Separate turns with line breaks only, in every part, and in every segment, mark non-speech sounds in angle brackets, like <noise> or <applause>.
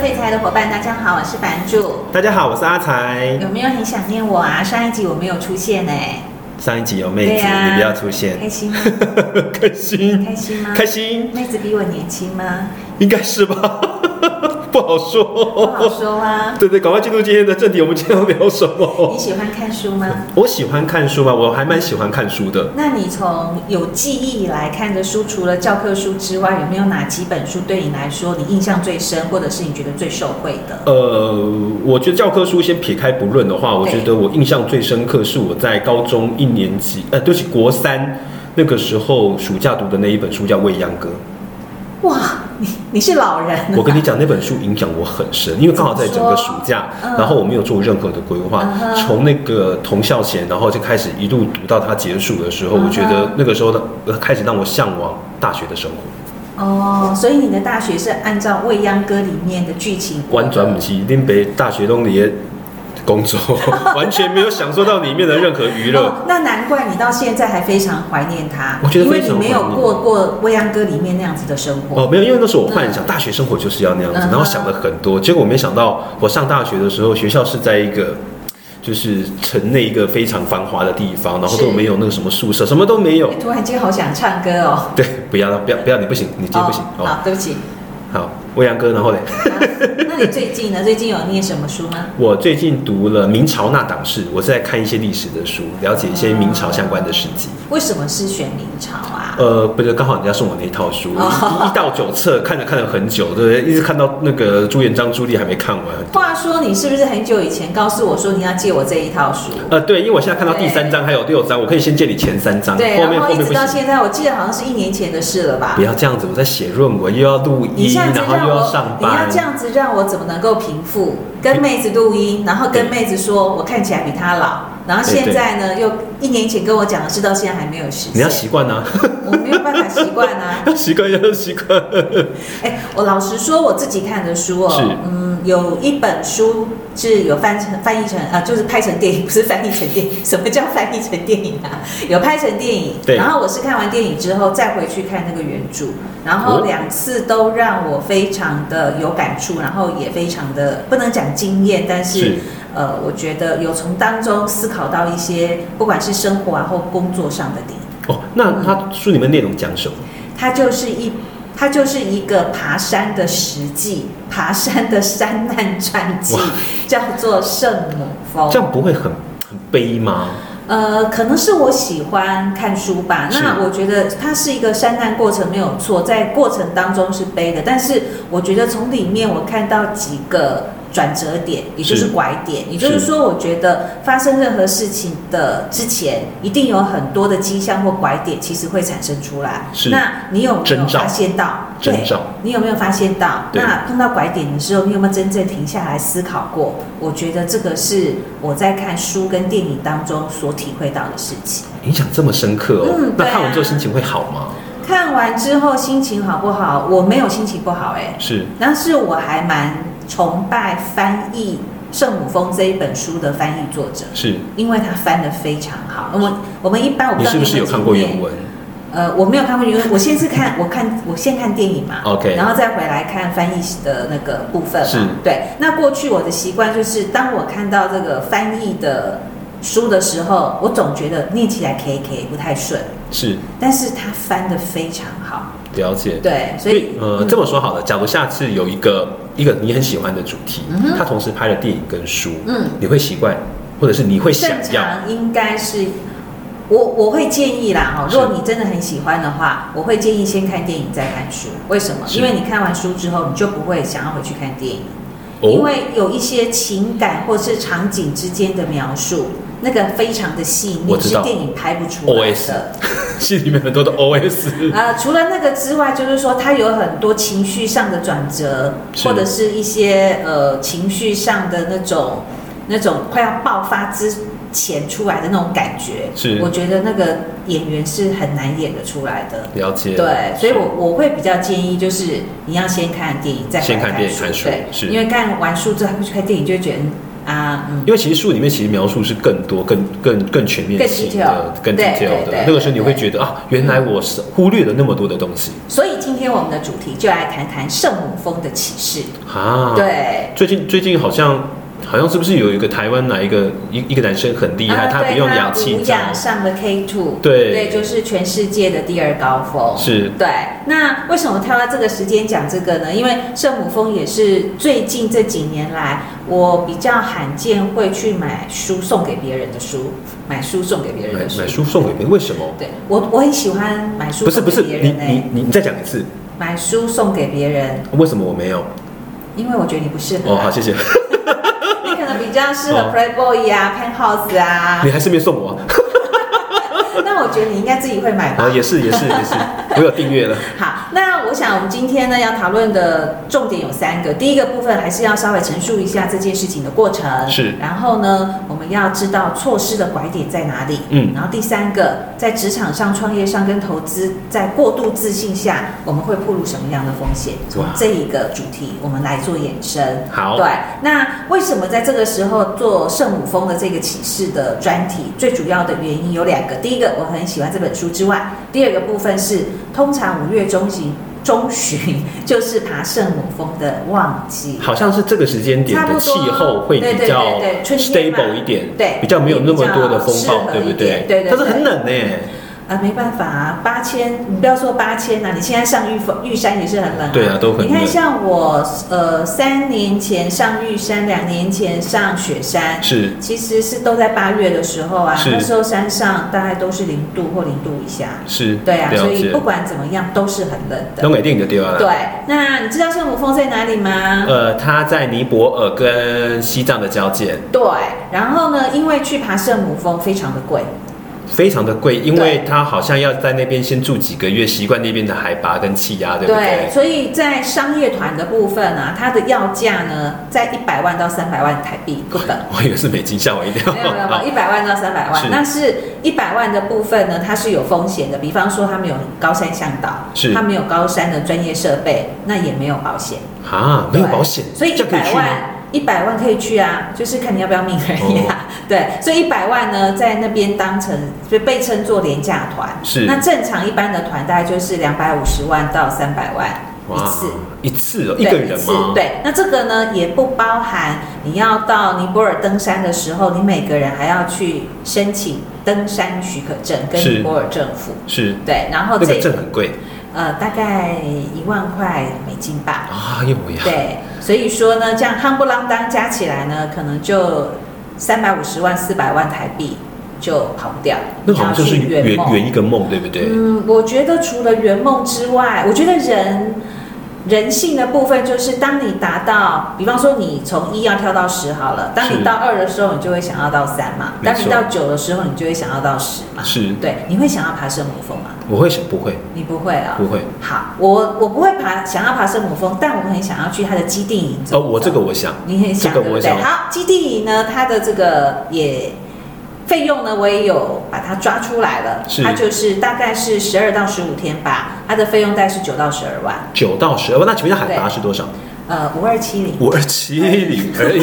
废材的伙伴，大家好，我是版主。
大家好，我是阿才。
有没有很想念我啊？上一集我没有出
<laughs>
现呢、
上一集有妹
对
子，
啊
你不要出现，
开心吗？
开心，
开心吗？
开心，
妹子比我年轻
<laughs>
吗？
应该是吧？不好
不好
说。
说啊。
对对，赶快进入今天的正题，我们今天要聊什
你
么？
喜欢看书吗？
我喜欢看书嘛，我还蛮喜欢看书的。
那你从有记忆以来看的书，除了教科书之外，有没有哪几本书对你来说你印象最深，或者是你觉得最受惠的？
呃，我觉得教科书先撇开不论的话，我
对
觉得我印象最深刻是我在高中一年级，呃，就是国三那个时候暑假读的那一本书叫《未央歌》。
哇，你你是老人、啊
我跟你讲，那本书影响我很深，因为刚好在整个暑假，
怎么说嗯
然后我没有做任何的规划
嗯，哼
从、那个童孝贤，然后就开始一路读到它结束的时候，
嗯哼
我觉得那个时候的、呃开始让我向往大学的生活。
哦，所以你的大学是按照《未央歌》里面的剧情
完全不是林北大学东里的工作， <laughs> 完全没有享受到里面的任何娱乐。
哦，那难怪你到现在还非常怀念他，
我觉得
因为
非
你
常
没
怀
有
念
过过《未央歌》里面那样子的生活。
哦，没有，因为那时候我幻想大学生活就是要那样子，
嗯
然后想了很多，结果没想到我上大学的时候，学校是在一个。就是城内一个非常繁华的地方，然后
是
都没有那个什么宿舍，什么都没有
哎。突然间好想唱歌哦，
对，不要了，不要不要，你不行，你今天不行
哦
哦。
好，对不起。 <laughs>
好，未央哥，然后嘞，
啊那你最近呢？最近有念什么书吗？
我最近读了《明朝那档事》，我是在看一些历史的书，了解一些明朝相关的事迹。
为什么是选明朝啊？
呃，不是，刚好人家送我那一套书，
哦
一到九册，看了看了很久，对不对？一直看到那个朱元璋、朱棣还没看完。
话说你是不是很久以前告诉我说你要借我这一套书？
呃，对，因为我现在看到第三章还有六章，我可以先借你前三章，
对，
啊后面
然后
后
一
面
直
不
到
行。
现在，我记得好像是一年前的事了吧
不？要这样子，我在写论文，又要录
你
音，
这样子
然后
让
又要
我
上，
你要
班
这。样子让我怎么能够平复？跟妹子录音，然后跟妹子说我看起来比她老，然后现在呢又一年前跟我讲的事，到现在还没有实
你要
现，
习惯啊，。
我没有办法习惯啊
要习惯，要习惯。
哎，我老实说，我自己看的书
是
哦，嗯，有一本书是有翻成翻译成啊、就是拍成电影，不是翻译成电影，什么叫翻译成电影啊？有拍成电影，
对
然后我是看完电影之后再回去看那个原著，然后
哦
两次都让我非常的有感触，然后也非常的不能讲惊艳，但是
是
呃，我觉得有从当中思考到一些不管是生活啊或工作上的点。
哦，那他书里面内容讲什么？
它就是一，它就是一个爬山的实际，爬山的山难传记
哇，
叫做圣母峰
这。样不会很很悲吗？
呃，可能是我喜欢看书吧。
是
那我觉得它是一个山难过程没有错，在过程当中是悲的，但是我觉得从里面我看到几个转折点，也就是
是
拐点，也就是
是
说，我觉得发生任何事情的之前，一定有很多的迹象或拐点，其实会产生出来。
是
那你有没有
征兆
发现到？对
征兆
你有没有发现到？
对
那碰到拐点的时候，你有没有真正停下来思考过？我觉得这个是我在看书跟电影当中所体会到的事情。
影响这么深刻哦。
嗯对
那
啊
看完之后心情会好吗？
看完之后心情好不好？我没有心情不好哎、
是
但是我还蛮崇拜翻译《圣母峰》这一本书的翻译作者，
是，
因为他翻得非常好。我们我们一般我不知
你
道
是不是有
没
看过
经验
原文？
呃，我没有看过原文，我先是看我看我先看电影嘛
OK
然后再回来看翻译的那个部分嘛。
是
对。那过去我的习惯就是，当我看到这个翻译的书的时候，我总觉得念起来 K K 不太顺，
是
但是他翻得非常好，
了解。
对，所以
呃，
嗯
这么说好了，假如下次有一个一个你很喜欢的主题
嗯哼，
它同时拍了电影跟书，
嗯，
你会习惯，或者是你会想
正
要
常应该是。我我会建议啦，哦，
是
如果你真的很喜欢的话，我会建议先看电影再看书。为什么？
是
因为你看完书之后，你就不会想要回去看电影。因
哦，
为有一些情感或是场景之间的描述，那个非常的细
我
腻，
知
是
道
电影拍不出来
OS
的。
心里面很多的 OS，
呃，除了那个之外，就是说它有很多情绪上的转折，
是
或者是一些呃情绪上的那种那种快要爆发之前出来的那种感觉，
是
我觉得那个演员是很难演得出来的。
了解。
对，所以
是
我我会比较建议，就是你要先看电影，再回来
先看电影看书
对，
是
因为看完书之后还会去看电影，就会觉得嗯啊，嗯，
因为其实书里面其实描述是更多、更更更全面性的、
更
更
detail 对
detail
对对
的。那个时候你会觉得啊，原来我是忽略了那么多的东西
所以今天我们的主题就来谈谈圣母峰的启示。
啊。，
对，
最近最近好像好像是不是有一个台湾哪一个一一个男生很厉害，
啊
他
对
不用氧气
无
罩
氧，上了 K two，
对
对，就是全世界的第二高峰。
是
对，那为什么挑到这个时间讲这个呢？因为圣母峰也是最近这几年来我比较罕见会去买书送给别人的书，买书送给别人
买
的书。
买书送给别人，为什么？
对我我很喜欢买书
不是
送
不
给
是，
别
你
人呢、欸
你你你再讲一次，
买书送给别人，
为什么我没有？
因为我觉得你不
<laughs>
适合、
哦，好，谢谢，
你可能比较适合
哦
Playboy 啊、Penthouse 啊
你，还是没送我啊
那我觉得你应该自己会买吧
啊，。也是也是也
<laughs>
是，我有订阅了，
好，那我想我们今天呢要讨论的重点有三个，第一个部分还是要稍微陈述一下这件事情的过程，
是
然后呢，我们要知道措施的拐点在哪里，
嗯
然后第三个，在职场上、创业上跟投资，在过度自信下，我们会暴露什么样的风险？从
哇
这一个主题，我们来做延伸。
好
对，那为什么在这个时候做圣母峰的这个启示的专题？最主要的原因有两个，第一个我很喜欢这本书之外，第二个部分是通常五月中旬中旬就是爬圣母峰的旺季。
好像是这个时间点
差不
的
多
气候会
对
比
对
较
对对春天嘛
stable 一点，
对
比较没有那么多的风
比较
暴，
适
对不
合一点对
对？
对对
但是很冷呢、
啊，没办法啊，八千，你不要说八千呐、你现在上玉峰玉山也是很冷、
对啊都很冷
你看，像我呃三年前上玉山，两年前上雪山，
是
其实是都在八月的时候啊，
是
那时候山上大概都是零度或零度以下。
是，
对啊，所
了
以
解
不。管怎么样都是很冷的
东。北定就丢了。
对，那你知道圣母峰在哪里吗？
呃，它在尼泊尔跟西藏的交界，
对，然后呢，因为去爬圣母峰非常的贵，
非常的贵，因为
对
它好像要在那边先住几个月，习惯那边的海拔跟气压，对不对？
所以在商业团的部分啊，它的要价呢在一百万到三百万台 <laughs> 币不等。
我以为是美金，吓我一
<laughs>
跳。
没有没有没
好 <laughs>
有，一百万到三百万
是，
那是一百万的部分呢，它是有风险的，比方说它没有高山向导，
是
它没有高山的专业设备，那也没有保险，
啊，没有保险，
所以一
这样可以
百
去
万
吗？
一百万可以去啊，就是看你要不要命而已
哦
啊。 <laughs> 对，所以一百万呢，在那边当成就被称作廉价团，
是
那正常一般的团大概就是两百五十万到三百万一次。，
一次哦，
对
一个人
次
吗？，
对，那这个呢也不包含你要到尼泊尔登山的时候，你每个人还要去申请登山许可证跟
是
尼泊尔政府。
是
对，哦然后
那
这
个证很贵
呃大概一万块美金吧。
啊，哎呦喂呀，
对，所以说呢，这样夯不啷当加起来呢，可能就三百五十万、四百万台币就跑不掉。
那好像就是
你要
圆
去梦
圆一个梦，对不对？
嗯，我觉得除了圆梦之外，我觉得人人性的部分就是，当你达到，比方说你从一要跳到十好了，当你
是
到二的时候，你就会想要到三嘛；
没
当
错
你到九的时候，你就会想要到十嘛。
是，
对，你会想要爬圣母峰吗？
我会想不会
你不会啊、
不会
好，我我不会爬，想要爬圣母峰，但我很想要去它的基地营。
哦，我这个我想
你很想
这个
对不
我
对？
想
好，基地营呢，它的这个也费用呢，我也有把它抓出来了，
是
它就是大概是十二到十五天吧，它的费用大概是九到十二万，
九到十二，那请问一下海拔
对
是多少？
呃，五二七零。
五二
<laughs>
七零而已，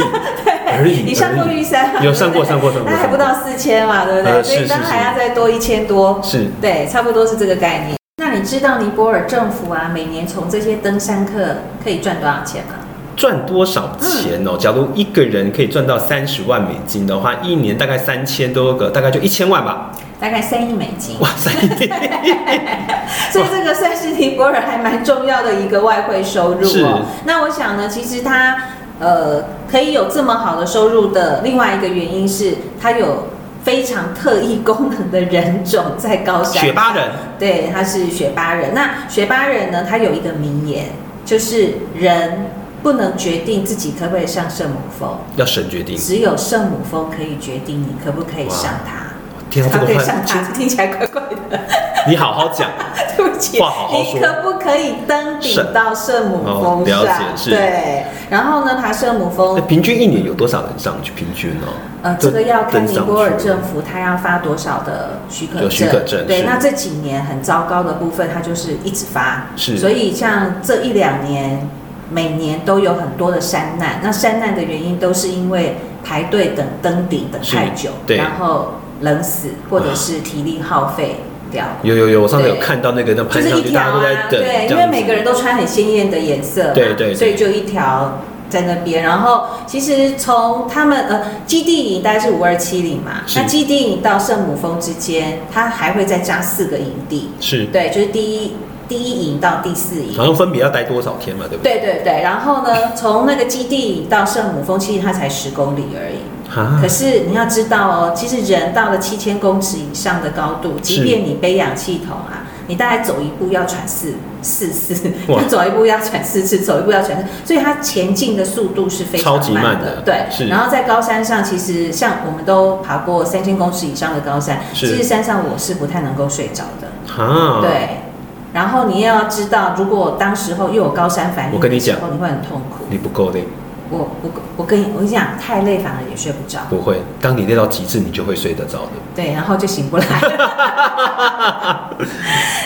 而已。
你上过
而已
玉山吗？
有上过
对不对
上过上过
那还不到四千嘛，对不对？
呃
所以
是
当然
是
还要再多一千多，
是
对，差不多是这个概念。那你知道尼泊尔政府啊，每年从这些登山客可以赚多少钱吗？
赚多少钱
嗯
哦？假如一个人可以赚到三十万美金的话，一年大概三千多个，大概就一千万吧。
大概三亿美金。
哇塞， <laughs>
所以这个算是尼泊尔还蛮重要的一个外汇收入
是
哦。那我想呢，其实它呃可以有这么好的收入的另外一个原因是，它有非常特异功能的人种在高山。 <laughs>
雪巴人
对，他是雪巴人。那雪巴人呢，他有一个名言，就是人不能决定自己可不可以上圣母峰，
要神决定。
只有圣母峰可以决定你可不可以上它。
天啊，
他
这
可以
个
上
话
它，听起来怪怪的。
你好好讲。
<laughs> 对不起，
话好好说
你可不可以登顶到圣母峰
是哦
上？
了解是
对，然后呢，爬圣母
那
峰，
哎平均一年有多少人上去？平均哦，
呃，这个要看
登
尼
上
泊尔
去
政府他要发多少的许可证。
有许可证
对，
是
那这几年很糟糕的部分，它就是一直发，
是
所以像这一两年，每年都有很多的山难。那山难的原因都是因为排队等登顶等太久
是，对
然后冷死或者是体力耗费掉。
有有有，我上次有
对
看到那个那
就
盘
是
上
一
去，
条
大家都在
啊，
等，
对，
这
因为
样
每
子
个人都穿很鲜艳的颜色嘛，
对对
所以就一条在那边。然后其实从他们呃基地营大概是五二七零嘛，
是
那基地营到圣母峰之间，它还会再加四个营地，
是，
对，就是第一第一营到第四营
嗯好。像分别要待多少天嘛，对不对？
对对对，然后呢，从那个基地营到圣母峰，其实它才十公里而已。
啊
可，是你要知道哦，其实人到了七千公尺以上的高度，即
是
便你背氧气筒啊，你大概走一步要喘四四次，
哇
就走一步要喘四次，走一步要喘四次，所以它前进的速度是非常
超级慢
的。
的
对，
是
然后在高山上，其实像我们都爬过三千公尺以上的高山，
是
其实山上我是不太能够睡着的。
啊，
对。然后你也要知道，如果当时候又有高山反应，
我跟你讲，
你会很痛苦。
你不够累，
我我我跟你我跟你讲，太累反而也睡不着。
不会，当你累到极致，你就会睡得着的。
对，然后就醒不
<laughs>
来。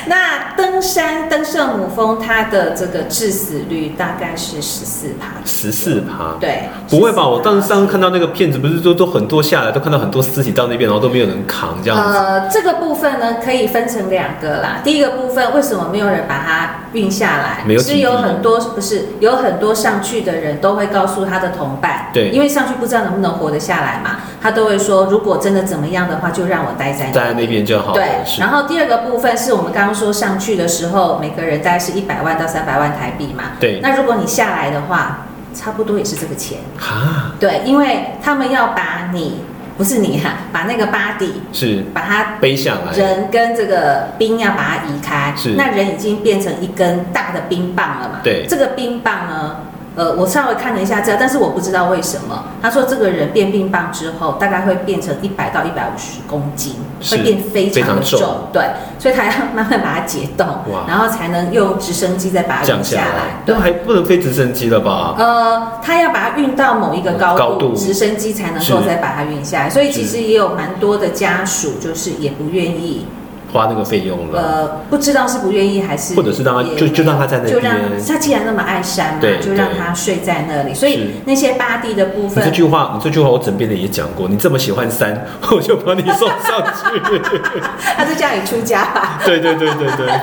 那登山登圣母峰，它的这个致死率大概是十四趴，
十四趴，
对，
不会吧？我当时
时
上次看到那个片子，不是说都很多下来，都看到很多尸体到那边，然后都没有人扛这样子。
呃，这个部分呢，可以分成两个啦。第一个部分，为什么没有人把它运下来？
没有体
是
力
有很多不是有很多上去的人都会告诉他的同伴，
对
因为上去不知道能不能活得下来嘛，他都会说，如果真的怎么样的话，就让我待在那里
站在那边就
呃
好
对
了，，哦是
然后第二个部分是我们刚刚说上去的时候，每个人大概是一百万到三百万台币嘛。
对
那如果你下来的话，差不多也是这个钱。
啊，
对，因为他们要把你，不是你哈、把那个 body，
是
把它
背下来，
人跟这个冰要把它移开。
哎是
那人已经变成一根大的冰棒了嘛？
对
这个冰棒呢？呃，我稍微看了一下资料，但是我不知道为什么。他说这个人变冰棒之后，大概会变成一百到一百五十公斤，
是
会变非常的
非常重
重，对，所以他要慢慢把它解冻
哇，
然后才能用直升机再把它
降
运
下
来
来，。
对
那，还不能飞直升机了吧？
呃，他要把它运到某一个高度，
高度
直升机才能够
是
再把它运下来。所以其
是
实也有蛮多的家属就是也不愿意，
花那个费用了，
呃，不知道是不愿意还是也，
或者是让他就就让他在那
就让
边
他既然那么爱山嘛
对，
就让他睡在那里。所
是
以那些巴蒂的部
你这
分，
句话，你这句话我枕边的也讲过。你这么喜欢山， <laughs> 我就把你送上
<laughs>
去。
<laughs> 他就叫你出家吧。
对对对对对，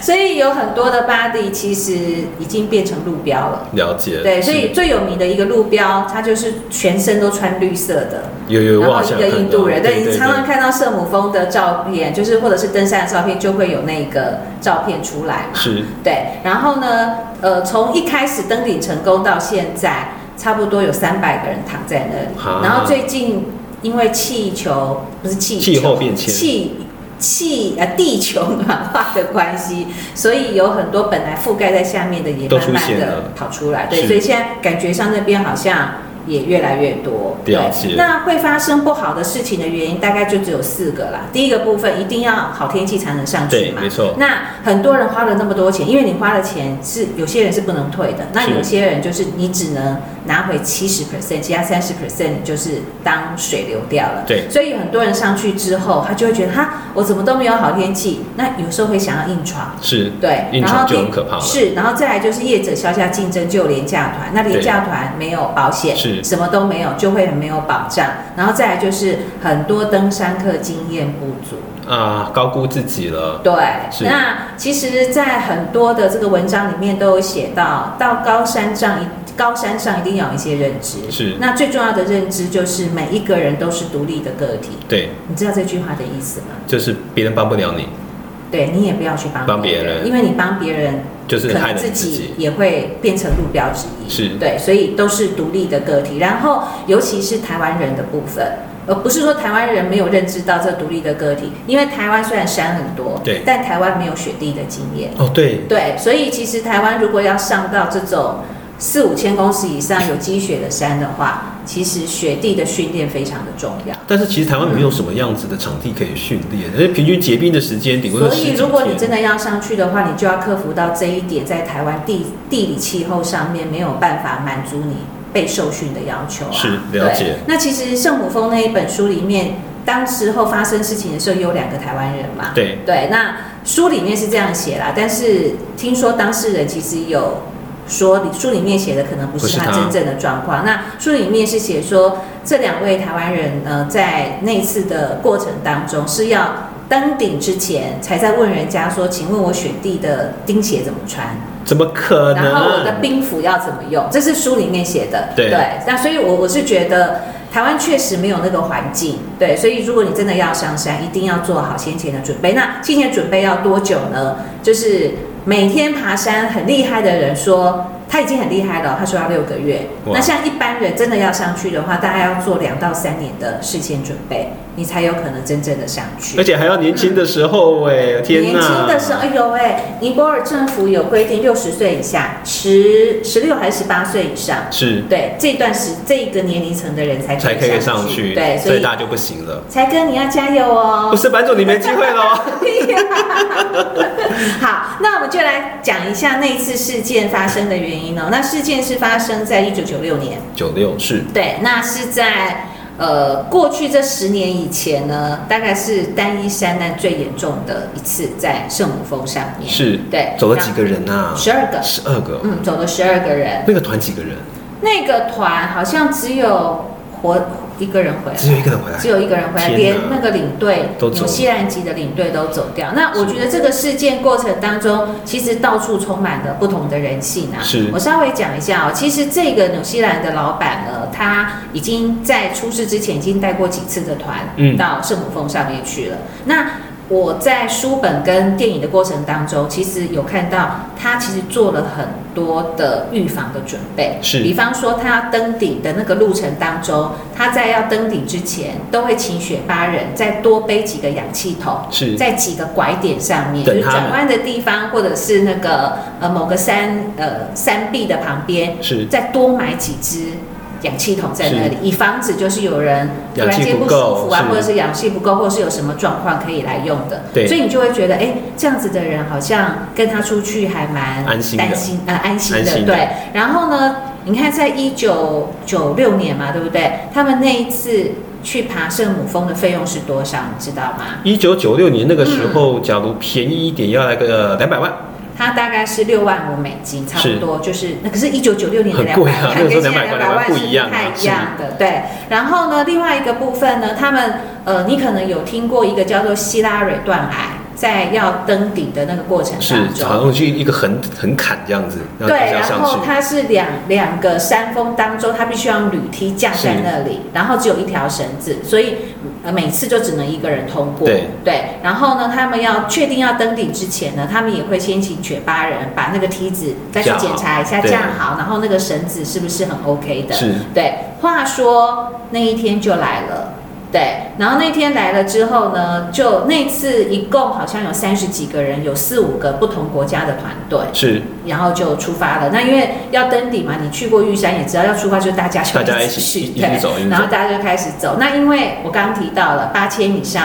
所以有很多的巴蒂其实已经变成路标了。
了解。
对，所
是
以最有名的一个路标，它就是全身都穿绿色的，
有有我
然后
好像
一个
有看
印度
到
人，
对
你
对
常常
对，
看到圣母峰的照片，就是或者是登山的照片，就会有那个照片出来嘛。
是
对，然后呢，呃，从一开始登顶成功到现在，差不多有三百个人躺在那里。
啊
然后最近因为气球不是气球
气候变迁
气气呃地球暖化的关系，所以有很多本来覆盖在下面的也
都
慢
出
慢
现
的
了
跑出来。
是
对，所以现在感觉上那边好像。也越来越多，对
了解，
那会发生不好的事情的原因大概就只有四个啦。第一个部分一定要好天气才能上去
对，
嘛，
没错，
那很多人花了那么多钱，因为你花了钱是有些人是不能退的，那
是
有些人就是你只能拿回七十 percent，其他三十 percent 你就是当水流掉了。
对
所以很多人上去之后，他就会觉得哈，我怎么都没有好天气，那有时候会想要硬闯。
是
对，
硬
然
闯
后
就
第
很可怕了
是，然后再来就是业者销价竞争，就有廉价团，那廉价团没有保险，
是
什么都没有，就会很没有保障。然后再来就是很多登山客经验不足。
啊，高估自己了，
对
是，
那其实，在很多的这个文章里面都有写到，到高山上一高山上一定要有一些认知。
是
那最重要的认知就是每一个人都是独立的个体。
对，
你知道这句话的意思吗？
就是别人帮不了你，
对你也不要去帮
帮
别
别人
因为你帮别人，
就是
可
害
能
了你
自
自
己
己，
也会变成路标之一。
是
对，所以都是独立的个体。然后，尤其是台湾人的部分，而不是说台湾人没有认知到这独立的个体，因为台湾虽然山很多，
对
但台湾没有雪地的经验。
哦，对，
对，所以其实台湾如果要上到这种四五千公尺以上有积雪的山的话，其实雪地的训练非常的重要。
但是其实台湾没有什么样子的场地可以训练，因为平均结冰的时间顶多
所
就十
以，
几
如果你
天
真。的要上去的话，你就要克服到这一点，在台湾地地理气候上面没有办法满足你被受训的要求啊。
是了解
对。那其实圣母峰那一本书里面，当时候发生事情的时候，有两个台湾人嘛。
对
对，那书里面是这样写啦，但是听说当事人其实有说里书里面写的可能不是他真正的状况。那书里面是写说，这两位台湾人呃，在那次的过程当中是要登顶之前才在问人家说，请问我选地的钉鞋怎么穿？
怎么可能？
然后我的兵符要怎么用？这是书里面写的。
对
那所以我，我是觉得台湾确实没有那个环境。对，所以如果你真的要上山，一定要做好先前的准备。那先前准备要多久呢？就是每天爬山很厉害的人说。他已经很厉害了，他说要六个月。
哇
那像一般人真的要上去的话，大概要做两到三年的事先准备，你才有可能真正的上去。
而且还要年轻的时候哎、天哪！
年轻的时候，哎呦喂、尼泊尔政府有规定，六十岁以下，十十六还是十八岁以上，
是
对这段时这个年龄层的人才
才
可
可
以
以
上
上去，
对，所
所以
以
大家就不行了。
才哥你要加油哦
不。是版主，你没机会喽。
<laughs> 好，那我们就来讲一下那次事件发生的原因哦。那事件是发生在一九九六年。
九六是
对，那是在呃过去这十年以前呢，大概是单一山难最严重的一次，在圣母峰上面。
是，
对，
走了几个人呐、
十二个，
十二个，
嗯，走了十二个人，
那个团几个人？
那个团好像只有活一个人回来。
只有一个人回来
只。有一个人回来，
天哪
连那个领队
都走了
纽西兰籍的领队都走掉。那我觉得这个事件过程当中，其实到处充满了不同的人性啊。
是
我稍微讲一下哦，其实这个纽西兰的老板呢，他已经在出事之前已经带过几次的团，
嗯
到圣母峰上面去了。那我在书本跟电影的过程当中，其实有看到他其实做了很多的预防的准备，
是
比方说他要登顶的那个路程当中，他在要登顶之前，都会请雪巴人再多背几个氧气筒，
是
在几个拐点上面，就
等
是
他们
转弯的地方，或者是那个呃某个山呃山壁的旁边，
是
再多买几支氧气筒在那里，以防止就是有人突然间不舒服啊，
氧气不够
或者是氧气不够，或者是有什么状况可以来用的。
对
所以你就会觉得，哎，这样子的人好像跟他出去还蛮
安心的
担心呃安心的
安心的
对。然后呢，你看在一九九六年嘛，对不对？他们那一次去爬圣母峰的费用是多少，你知道吗？
一九九六年那个时
嗯
候，假如便宜一点，要来个两百万，
它大概是六万五美金，差不多就是那可是一九九六年的
很
两
贵
百
啊
万
<laughs> 那
跟
个时候
现在
200
两百万
不
是
一样啊
不太一
是
样的。对，然后呢，另外一个部分呢，他们呃，你可能有听过一个叫做希拉蕊断崖，在要登顶的那个过程
是
当中
好。像去一个很很坎这样子，然后大
对，
家
然
上
后
去，
它是两两个山峰当中，它必须要用铝梯架在那里，然后只有一条绳子，所以呃每次就只能一个人通过。
对
然后呢，他们要确定要登顶之前呢，他们也会先请雪巴人把那个梯子再去
架好
检查一下
对
架好，然后那个绳子是不是很 OK 的。
是
对，话说那一天就来了。对，然后那天来了之后呢，就那次一共好像有三十几个人，有四五个不同国家的团队，
是
然后就出发了。那因为要登顶嘛，你去过玉山也知道，要出发就大家就
大家一
起去，
起一一起走一起
然后
走，
大家就开始走。那因为我刚刚提到了八千以上。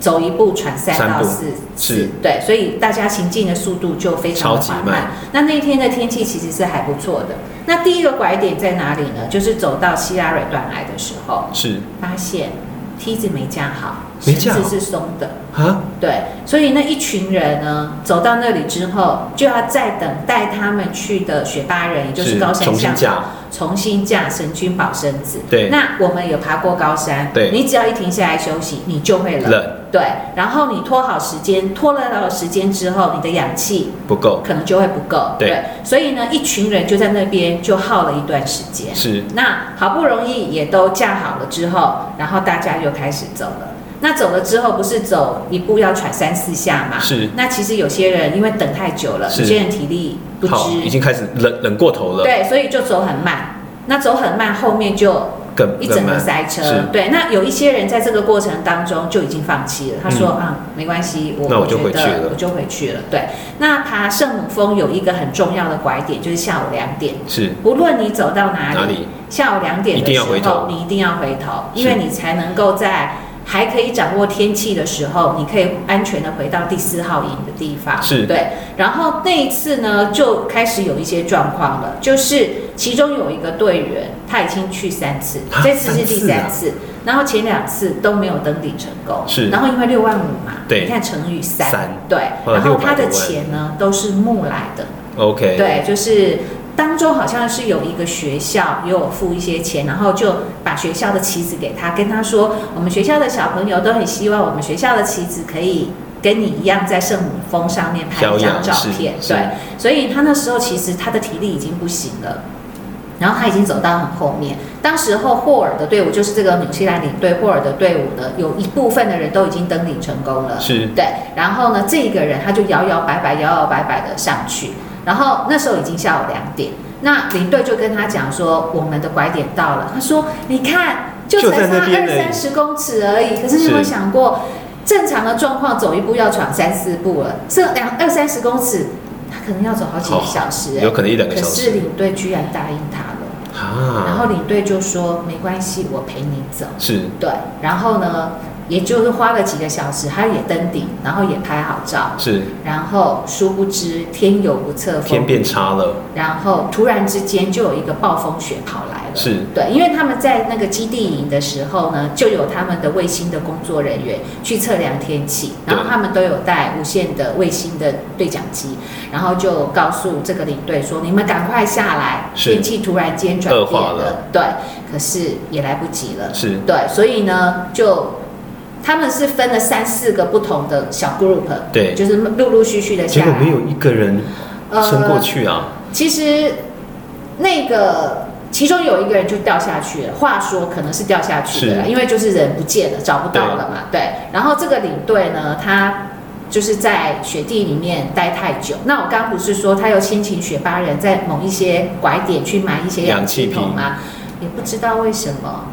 走一步喘三
三
到
步
四次
是，
对，所以大家行进的速度就非常的
超级
缓
慢
慢。那那一天的天气其实是还不错的。那第一个拐点在哪里呢？就是走到希拉蕊断崖的时候，
是
发现梯子没架好，
没架好
绳子是松的。
啊，
对，所以那一群人呢，走到那里之后，就要再等带他们去的雪巴人，也就是高山
重新
向导，
架，
重新架神君宝绳子。
对
那我们有爬过高山，
对
你只要一停下来休息，你就会冷。
冷
对，然后你拖好时间，拖了到时间之后，你的氧气
不够，
可能就会不够。
对
所以呢，一群人就在那边就耗了一段时间。
是
那好不容易也都架好了之后，然后大家又开始走了。那走了之后，不是走一步要喘三四下嘛？
是。
那其实有些人因为等太久了，
是
有些人体力不支，
好，已经开始冷冷过头了，
对，所以就走很慢。那走很慢，后面就
更
一
更
整个
慢，
塞车
是。
对，那有一些人在这个过程当中就已经放弃了，他说啊、没关系，我
嗯那我
觉
就
得
回去了
我就回去了。对，那爬圣母峰有一个很重要的拐点，就是下午两点，
是
不论你走到哪里，
哪里？
下午两点
一
的
定
时
要回
候
头，
你一定要回头，
是
因为你才能够在还可以掌握天气的时候，你可以安全的回到第四号营的地方。
是
对。然后那一次呢，就开始有一些状况了，就是其中有一个队员他已经去三次，
啊
这次是第三
三啊
次，然后前两次都没有登顶成功。
是
然后因为六万五嘛，
对
你看乘以三，
三
对。
哇
然后
600
他的
多万
钱呢都是木来的，
OK，
对，就是当中好像是有一个学校也有付一些钱，然后就把学校的旗子给他，跟他说我们学校的小朋友都很希望我们学校的旗子可以跟你一样在圣母峰上面拍一张照片，
是是
对，所以他那时候其实他的体力已经不行了。然后他已经走到很后面，当时候霍尔的队伍就是这个纽西兰领队霍尔的队伍的，有一部分的人都已经登顶成功了，
是
对，然后呢，这个人他就摇摇摆摆、摇摇摆摆的上去，然后那时候已经下午两点，那领队就跟他讲说，我们的拐点到了。他说，你看，就
就
才差
在那边
二三十公尺而已，可是你有没有
是
想过，正常的状况走一步要闯三四步了，这两二三十公尺，他可能要走好几个
好
小时、哎
有可能一两个
可
小
是
时
领队居然答应他了，然
啊，
后领队就说没关系，我陪你走。
是
对，然后呢，也就是花了几个小时，他也登顶，然后也拍好照，
是
然后殊不知天有不测
天
风，
变差了，
然后突然之间就有一个暴风雪跑来了。
是
对，因为他们在那个基地营的时候呢，就有他们的卫星的工作人员去测量天气，然后
对
他们都有带无线的卫星的对讲机，然后就告诉这个领队说：“你们赶快下来，
是
天气突然间转
恶
变
化了
对，可是也来不及了。
是
对，所以呢，就他们是分了三四个不同的小 group，
对
就是呃陆陆续续的
结
下
果没
来。
有一个人撑过去啊，
其实那个其中有一个人就掉下去了，话说可能是掉下去的啦，
是
因为就是人不见了，找不到了嘛。对，然后这个领队呢，他。就是在雪地里面待太久。那我刚刚不是说他有亲请雪巴人在某一些拐点去买一些氧
氧气
气筒
瓶
吗？也不知道为什么，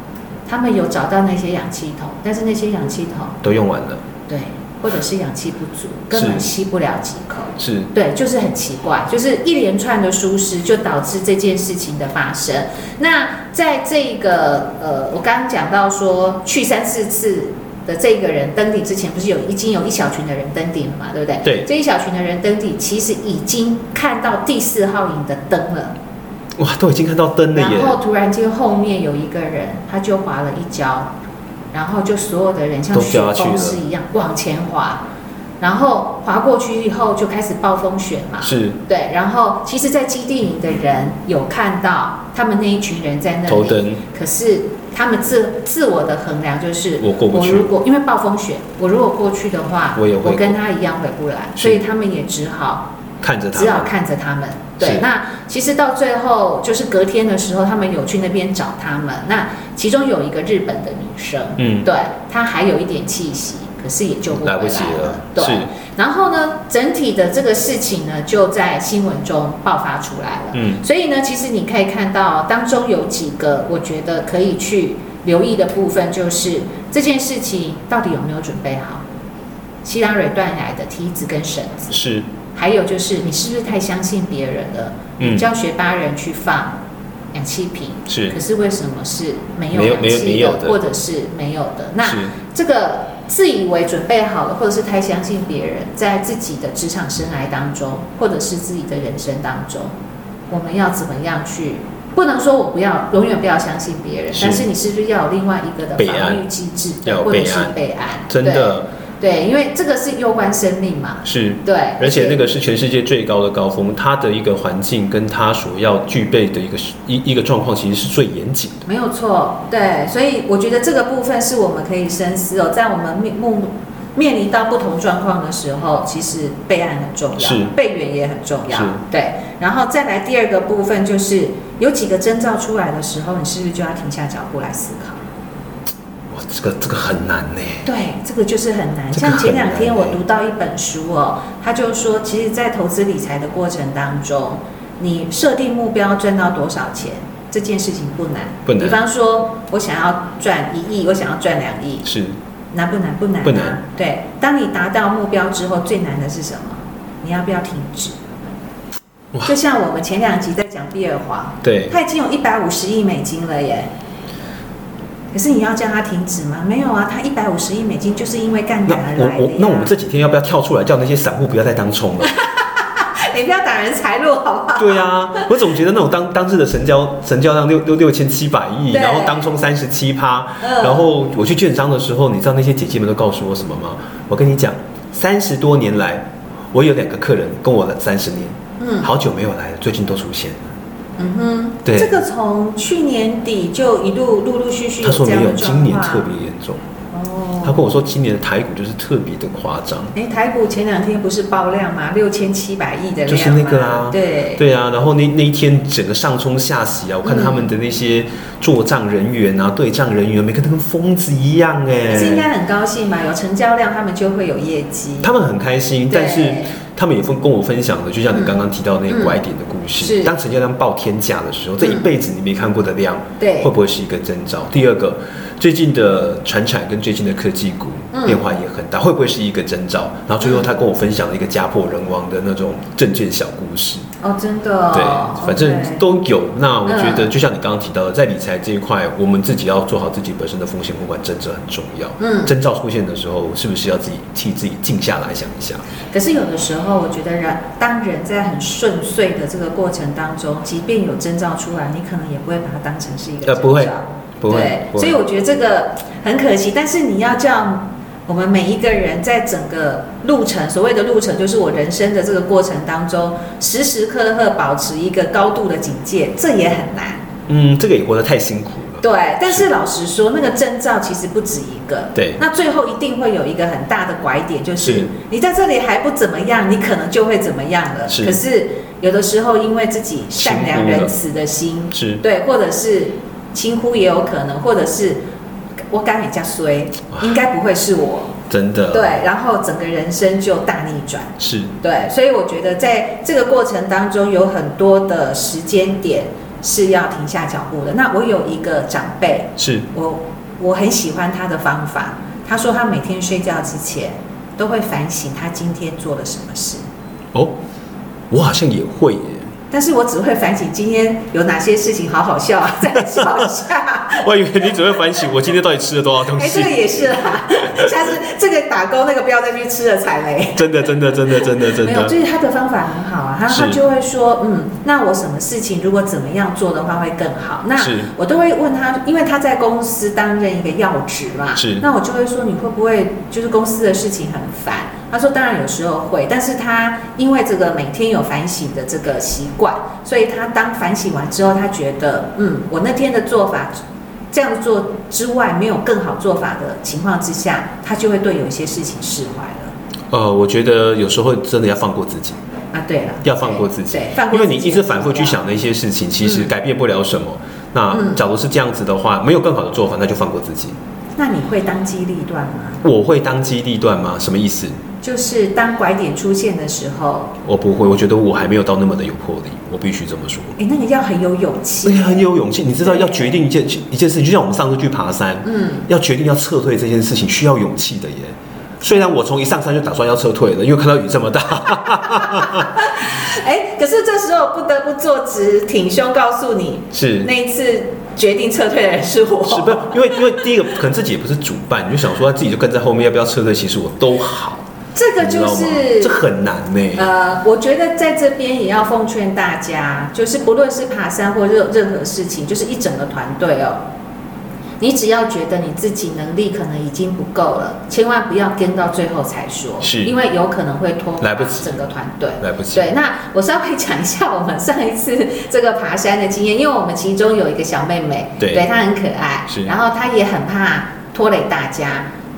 他们有找到那些氧气筒，但是那些氧气筒
都用完了，
对，或者是氧气不足，根本吸不了几口。
是
对，就是很奇怪，就是一连串的疏失就导致这件事情的发生。那在这个呃，我刚刚讲到说去三四次的这个人登顶之前，不是有已经有一小群的人登顶了嘛，对不对？
对
这一小群的人登顶，其实已经看到第四号营的灯了。
哇，都已经看到灯了
然
耶，
后突然间后面有一个人，他就滑了一跤，然后就所有的人像
都
雪
掉下去
崩
了
式一样往前滑，然后滑过去以后就开始暴风雪嘛。
是
对，然后其实，在基地营的人有看到他们那一群人在那
头
里，
灯
可是他们自自我的衡量就是，
我过不
我
去
如，果因为暴风雪，我如果过去的话，
我也会
跟他一样回不来，
是
所以他们也只好
看着他
只好
们，
看着他们。对
是，
那其实到最后就是隔天的时候，他们有去那边找他们。那其中有一个日本的女生，
嗯，
对她还有一点气息，可是也救不回
来
来
不及
了
了。，
对，
是
然后呢，整体的这个事情呢，就在新闻中爆发出来了。
嗯
所以呢，其实你可以看到当中有几个我觉得可以去留意的部分，就是这件事情到底有没有准备好。希拉蕊断崖的梯子跟绳子，
是
还有就是，你是不是太相信别人了？
嗯
你叫学巴人去放氧气瓶，
是
可是为什么是没有
没有
氧气的，
没有没有的
或者是没有的？那
是
这个自以为准备好了，或者是太相信别人，在自己的职场生涯当中，或者是自己的人生当中，我们要怎么样去？不能说我不要，永远不要相信别人，
是
但是你是不是要有另外一个的
备
防御
案
机制，
要有
或者
备
是
案
备案？
真的
对对，因为这个是攸关生命嘛。
是
对，
而且那个是全世界最高的高峰，它的一个环境跟它所要具备的一个一一个状况，其实是最严谨的。
没有错，对，所以我觉得这个部分是我们可以深思哦，在我们面目面临到不同状况的时候，其实备案很重
是
要，备援也很重要
是，
对。然后再来第二个部分就是，有几个征兆出来的时候，你是不是就要停下脚步来思考？
哇，这个这个很难呢。
对，这个就是很难。
这个
像前两
很
天
难
我
欸
读到一本书哦，他就说，其实，在投资理财的过程当中，你设定目标赚到多少钱这件事情不难。
不难
比方说，我想要赚一亿，我想要赚两亿，
是
难不难？不难、啊。
不难。
对，当你达到目标之后，最难的是什么？你要不要停止
哇？
就像我们前两集在讲比尔黄，
对，
他已经有一百五十亿美金了耶。可是你要叫他停止吗？没有啊，他一百五十亿美金就是因为杠
那
杆而
我
来的
我
呀
那我们这几天要不要跳出来叫那些散户不要再当冲了？
<laughs> 你不要挡人财路好不好？
对啊，我总觉得那种当当日的成交成交量六六六千七百亿，
对
然后当冲三十七趴，
嗯
然后我去券商的时候，你知道那些姐姐们都告诉我什么吗？我跟你讲，三十多年来，我有两个客人跟我了三十年，
嗯，
好久没有来了，最近都出现了。
嗯哼，
对
这个从去年底就一路陆陆续续
他
有
说
这
没
样
有
的，状况。
今年特别严重。
哦，
他跟我说，今年的台股就是特别的夸张。
哎，台股前两天不是爆量吗？六千七百亿的量嘛
就是那个啊
对，
对啊，然后那那一天整个上冲下洗啊，我看他们的那些做账人员啊、对账人员，每个都跟疯子一样
可嗯是应
哎。
该很高兴嘛，有成交量他们就会有业绩。
他们很开心，但是
对
他们也分跟我分享的，就像你刚刚提到那个拐点的
嗯
故事。
是嗯
当成交量爆天价的时候，这一辈子你没看过的量，
对
会不会是一个征兆？第二个，最近的船产跟最近的科技股
嗯
变化也很大，会不会是一个征兆？然后最后他跟我分享了一个家破人亡的那种证券小故事。
哦，真的、
对
哦，，
反正
OK
都有。那我觉得，
嗯
就像你刚刚提到的，在理财这一块，我们自己要做好自己本身的风险控管，真的很重要。
嗯
征兆出现的时候，是不是要自己替自己静下来想一下？
可是有的时候，我觉得人当人在很顺遂的这个过程当中，即便有征兆出来，你可能也不会把它当成是一个
呃
征兆，
不会不会
对，，
不
所以
会。
我觉得这个很可惜。但是你要这样，我们每一个人在整个路程，所谓的路程，就是我人生的这个过程当中，时时刻刻保持一个高度的警戒，这也很难。
嗯，这个也活得太辛苦了。
对，但是老实说，那个征兆其实不止一个。
对
那最后一定会有一个很大的拐点，就是
是
你在这里还不怎么样，你可能就会怎么样了。
是
可是有的时候，因为自己善
轻
良
忽了
仁慈的心，
是
对，或者是轻忽也有可能，或者是我敢人家衰，应该不会是我。
真的。
对，，然后整个人生就大逆转。
是
对，所以我觉得在这个过程当中，有很多的时间点是要停下脚步的。那我有一个长辈，
是
我我很喜欢他的方法。他说他每天睡觉之前都会反省他今天做了什么事，
哦，我好像也会耶。 <laughs>
但是我只会反省今天有哪些事情好好笑啊， <laughs> 再笑一下。
我以为你只会反省我今天到底吃了多少东
哎，这
西
个。也是啦，下次这个打勾那个不要再去吃了踩雷。
真的，真的，真的，真的，真
没有，
的。
就是他的方法很好啊，他
是
他就会说，嗯，那我什么事情如果怎么样做的话会更好？那
是
我都会问他，因为他在公司担任一个要职嘛，
是
那我就会说你会不会就是公司的事情很烦？他说当然有时候会，但是他因为这个每天有反省的这个习惯，所以他当反省完之后，他觉得，嗯，我那天的做法。这样做之外，没有更好做法的情况之下，他就会对有一些事情释怀了
呃，我觉得有时候真的要放过自己。
啊。对了，
要放过自己
对，放过
因为你
自己嗯
一直反复去想的一些事情，其实改变不了什么。那假如是这样子的话，没有更好的做法，那就放过自己。
那你会当机立断吗？
我会当机立断吗？什么意思？
就是当拐点出现的时候，
我不会，我觉得我还没有到那么的有魄力，我必须这么说。
哎，那个要很有勇
而且
气。
很有勇气，你知道要决定一件一件事情，就像我们上次去爬山，
嗯，
要决定要撤退这件事情需要勇气的耶。虽然我从一上山就打算要撤退了，因为看到雨
<laughs>
这么大，
哎，可是这时候不得不坐直挺胸，告诉你，
是
那一次决定撤退的人是我。
是不是？因为因为第一个可能自己也不是主办，你就想说自己就跟在后面要不要撤退，其实我都好，
这个
你知
就
道吗？
是
这很难呢、
呃，我觉得在这边也要奉劝大家，就是不论是爬山或任任何事情，就是一整个团队哦，你只要觉得你自己能力可能已经不够了，千万不要跟到最后才说，
是
因为有可能会拖垮
来不及
整个团队。
来不及。
对，那我稍微讲一下我们上一次这个爬山的经验，因为我们其中有一个小妹妹，
对
她很可爱，
是
然后她也很怕拖累大家。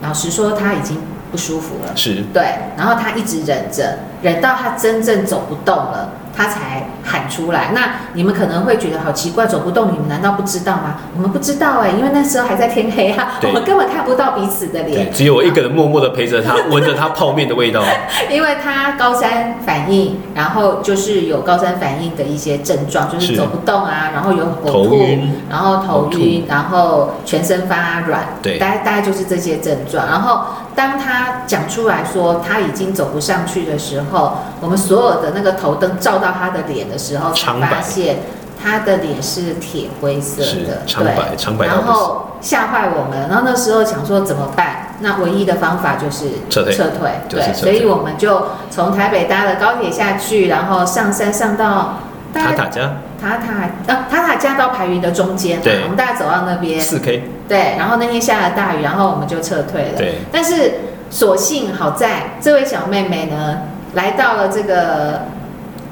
老实说，她已经不舒服了，
是
对，然后她一直忍着，忍到她真正走不动了，她才喊出来。那你们可能会觉得好奇怪，走不动，你们难道不知道吗？我们不知道哎、因为那时候还在天黑啊，我
对
们根本看不到彼此的
对
脸，，
只有我一个人默默的陪着他，闻着他泡面的味道。
<laughs> 因为他高山反应，然后就是有高山反应的一些症状，就是
是
走不动啊，然后有呕
头
吐
晕，
然后头
呕
晕，然后全身发软，
对
大概大概就是这些症状。然后当他讲出来说他已经走不上去的时候，我们所有的那个头灯照到他的脸的时候，才
苍白
发现他的脸是铁灰色
是
的，
苍
对
白苍白到
然
不行
后吓坏我们，然后那时候想说怎么办？那唯一的方法就是
撤退
撤退，
就是
对，
撤
所
退
以我们就从台北搭了高铁下去，然后上山上到大
塔
概
塔加
塔塔啊塔塔加到排云的中间嘛，
对
我们大概走到那边，
四 K，
对，然后那天下了大雨，然后我们就撤退了。
对，
但是所幸好在这位小妹妹呢，来到了这个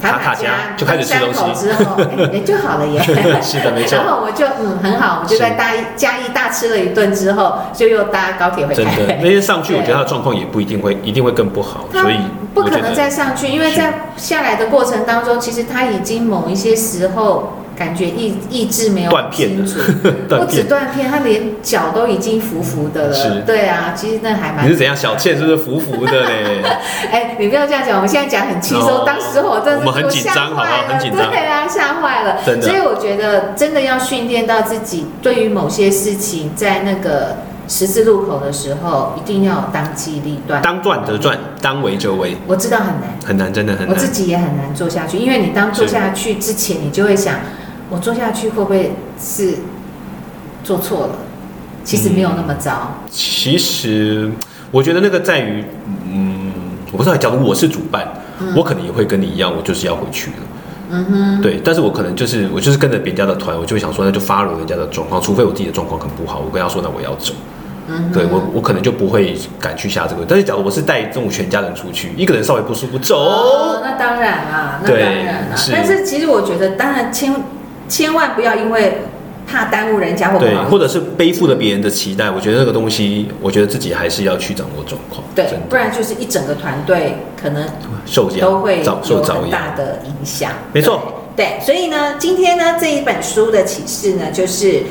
塔
塔
家
家就开始吃东西
登山口之后，哎也就好了耶。
<laughs> 是的，没错
然，后我就嗯很好，我就在大一嘉义大吃了一顿之后，就又搭高铁回
真的
<laughs> 台
那
北。
天上去，我觉得他的状况也不一定会，一定会更不好，
他
所以
不
我
可
觉
能
得
再上去，因为
是
在下来的过程当中，其实他已经某一些时候感觉意意志没有
断片
清
了
楚，不
<laughs> 断
止
片。
断片，他连脚都已经浮浮的了
是。嗯
对啊，其实那还蛮
你是怎样？小倩是不是浮浮的嘞？
哎，你不要这样讲，我们现在讲很轻松。
哦
当时我真的是
我们很紧张
吓坏了
好不好很紧张
对啊，吓坏了。
真的
所以我觉得真的要训练到自己，对于某些事情，在那个十字路口的时候，一定要当机立断。
当断则断，当为则为，
我知道很难，
很难，真的很
我
难
自。己也很难做下去，因为你当做下去之前，你就会想，我做下去会不会是做错了？其实没有那么
嗯
糟。
其实我觉得那个在于，嗯，我不知道，假如我是主办，
嗯
我可能也会跟你一样，我就是要回去了。嗯哼，对，但是我可能就是我就是跟着别人家的团，我就会想说，那就 follow 人家的状况，除非我自己的状况很不好，我跟他说，那我要走。
嗯
对我，我可能就不会敢去下这个。但是，假如我是带这种全家人出去，一个人稍微不舒服，走，
哦，那当然啦，那当
对
然啦。
是
但是其实我觉得，当然千千万不要因为怕耽误人家或不
对，
好
或者是背负了别人的期待，我觉得这个东西，我觉得自己还是要去掌握状况，
对
真，
不
的
然就是一整个团队可能
受这
都会
样遭
有
受遭
很
殃，
大的影响。
没错
对，对，所以呢，今天呢这一本书的启示呢，就是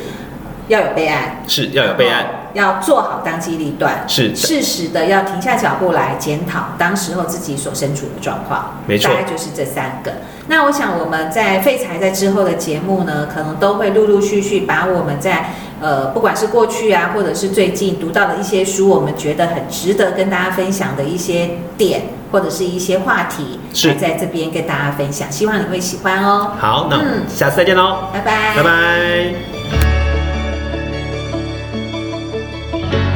要有备案，
是要有呃备
哦
案，，
要做好当机立断。
是的
适时的要停下脚步来检讨当时候自己所身处的状况，
没错
大概就是这三个。那我想我们在废材在之后的节目呢，可能都会陆陆续续把我们在呃不管是过去啊，或者是最近读到的一些书，我们觉得很值得跟大家分享的一些点或者是一些话题，
是
来在这边跟大家分享，希望你会喜欢哦。
好，那我们
嗯
下次再见喽，
拜拜，
拜拜